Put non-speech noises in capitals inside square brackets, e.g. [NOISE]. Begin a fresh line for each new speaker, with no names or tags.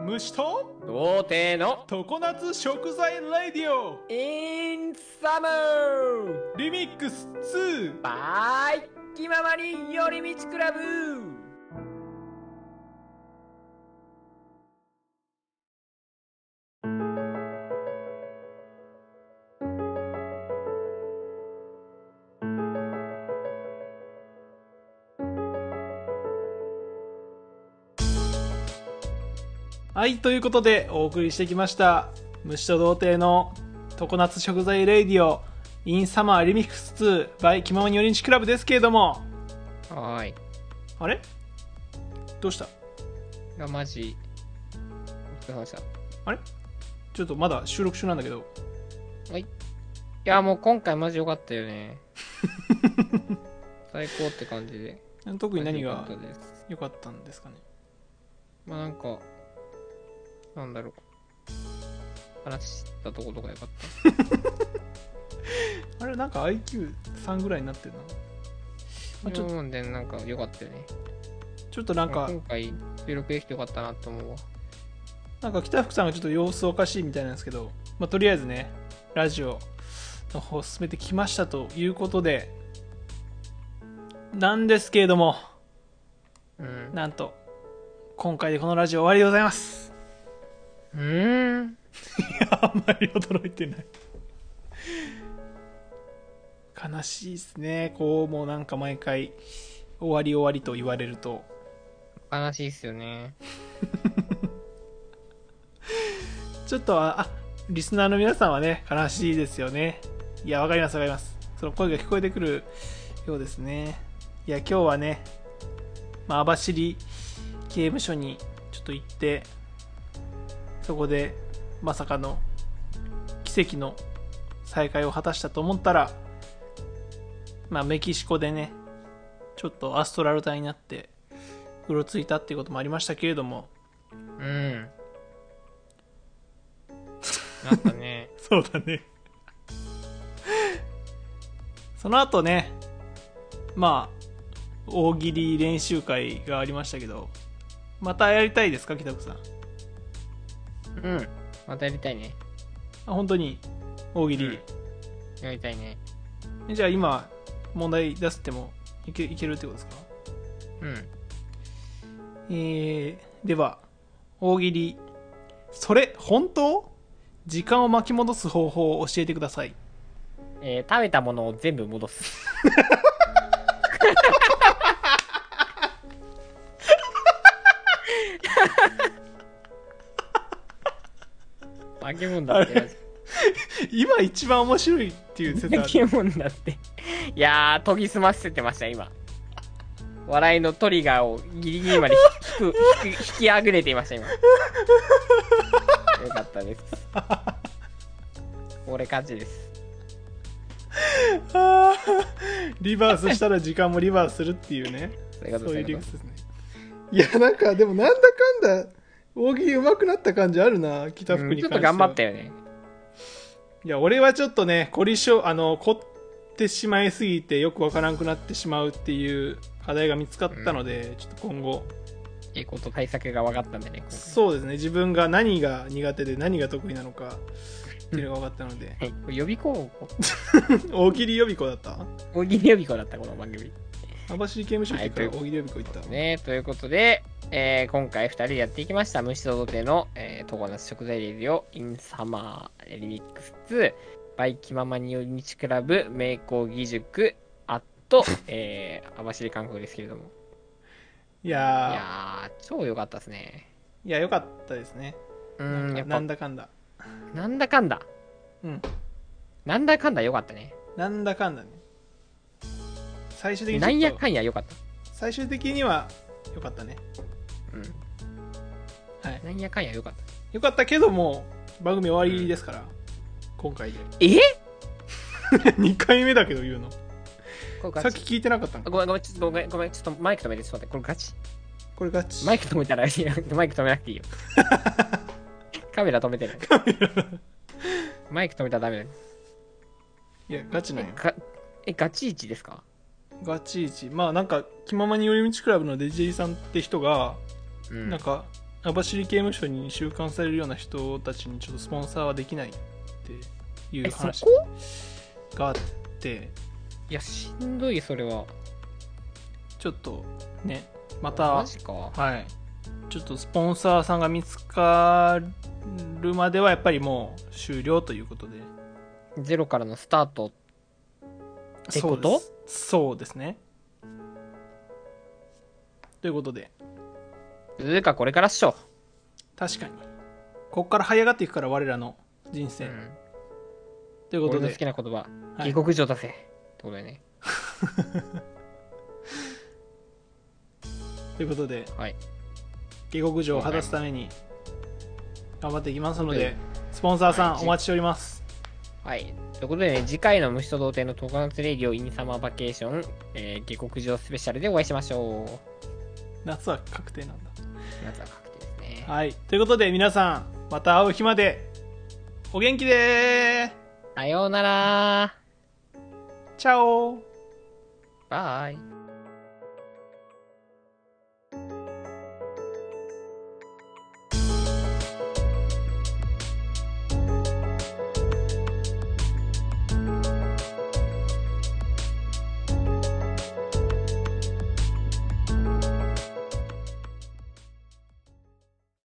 虫と
童貞の
常夏食材レディオ
In Summer
リミックス 2!
バイ気ままに寄り道クラブ
はい、ということでお送りしてきました。虫と童貞の常夏食材レディオ in summer リミックス2 by 気ままに寄り道クラブですけれども、
はーい。
あれどうした
がマジ。お疲れ様でした。い
あれちょっとまだ収録中なんだけど。
や、もう今回マジ良かったよ [LAUGHS] ね。最高って感じで。
特に何
良か
が
ったです。
良かったんですかね
まあなんか、なんだろう。話したとことか良かっ
あれなんか IQ3 ぐらいになってるな。あ
た。
ちょ
うんで、なんか良かったよね。
ちょっとなんか、
今回収録できて良かったなと思うわ。
なんか北福さんがちょっと様子おかしいみたいなんですけど、まあ、とりあえずね、ラジオの方を進めてきましたということで、なんですけれども、
うん。
なんと、今回でこのラジオ終わりでございます。
うーん。
いや、あんまり驚いてない。悲しいですね。こう、もうなんか毎回、終わり終わりと言われると、
悲しいっすよね。
ちょっとあ、あリスナーの皆さんはね、悲しいですよね。いや、わかります、わかります。その声が聞こえてくるようですね。いや、今日はね、まあ、網走刑務所にちょっと行って、そこで、まさかの奇跡の再会を果たしたと思ったら、まあ、メキシコでね、ちょっとアストラル体になって、うろついたっていうこともありましたけれども、
うん。なんかね。
そうだね。その後ね、まあ、大喜利練習会がありましたけど、またやりたいですか、北福さん。
うん。またやりたいね。
あ本当に、大喜利。
やりたいね。
えじゃあ今、問題出してもいけいけるってことですか
うん。
えー、では、大喜利。それ、本当時間を巻き戻す方法を教えてください。
えー食べたものを全部戻 [LAUGHS] す。化け物だって。
今一番面白いって
[LAUGHS]
いう説あ
化
る
け物だって。いやー、研ぎ澄ませてました、今。笑いのトリガーをギリギリまで
[LAUGHS]
引く、引く、引きあぐねていました、今。よかったです。俺勝ちです。
あー [LAUGHS] リバースしたら時間もリバースするっていうね
そういうこと
そういう
そうい
理
うこ
屈ですねいやなんかでもなんだかんだ大喜利上手くなった感じあるな北
う
福
ん
に
ちょ
関
っ
しては、
と頑張ったよね。
いや俺はちょっとね凝り性あの凝ってしまいすぎてよくわからなくなってしまうっていう課題が見つかったので、ちょっと今後
結構と対策が分かったんだね。今回
そうですね自分が何が苦手で何が得意なのかっていうのが分かったので
はいこれ予備校、
大喜利予備校だった
大喜利予備校だった、この番組。
網走刑務所行ってから
はいという
大喜利予備校行った、
ねということで、えー今回2人でやっていきました、虫と童貞の、えー、常夏食材レディオ、インサマーリミックス2、バイキママにより道クラブ、名工義塾、アット、えー、網走韓国ですけれども。
い
い
やー
やー、超良かったですね。
いや良かったですね
う
なん
ん、
か
やっ
な
ぱ
ん、だかんだ
なんだかんだ。
うん
なんだかんだ良かったね。
なんだかんだね最終的に
なん
ちょ
や
っと
かんや良かった。
最終的には良かったね
うん。
はい
なんやかんや良かった。
良かったけども番組終わりですから、今回で [LAUGHS]
え
2回目だけど言うの
これガ
さっ
チ
き聞いてなかったの
ごめんごめんちょっとごめんごめんちょっとマイク止めてちょっと待ってこれガチ
これガチ
マイク止めたらいやマイク止めなく
[LAUGHS]
ていいよカメラ止めてるマイク止めたらダメだよ
いやガチなん
え
よ
がえガチ位置ですか
ガチイチまあなんか気ままに寄り道クラブのデジェリさんって人が、
うん
なんか網走刑務所に収監されるような人たちにちょっとスポンサーはできないってい
え
う
そ
話
こ
があって
いやしんどいそれは
ちょっとねま
マ
た
ジか
はいちょっとスポンサーさんが見つかるまではやっぱりもう終了ということで
ゼロからのスタートってこと
そうですそうですねということで
つうかこれからっしょ、
確かにここから這い上がっていくから我らの人
う
生、
ん、
というこ
俺
と
の
で
好きな言葉「
はい
下克上だぜ」ってことだよね
ということで、
はい
下克上を果たすために頑張っていきますの
は
で
い、
スポンサーさん
はい
お待ちしております。
はい。ということでね、次回の虫と童貞のトーカナツレイディオインサマーバケーション、えー、下克上スペシャルでお会いしましょう。
夏は確定なんだ。
夏は確定ですね。
はい。ということで、皆さん、また会う日まで、お元気で
さようなら。
ーチャオ
バイ。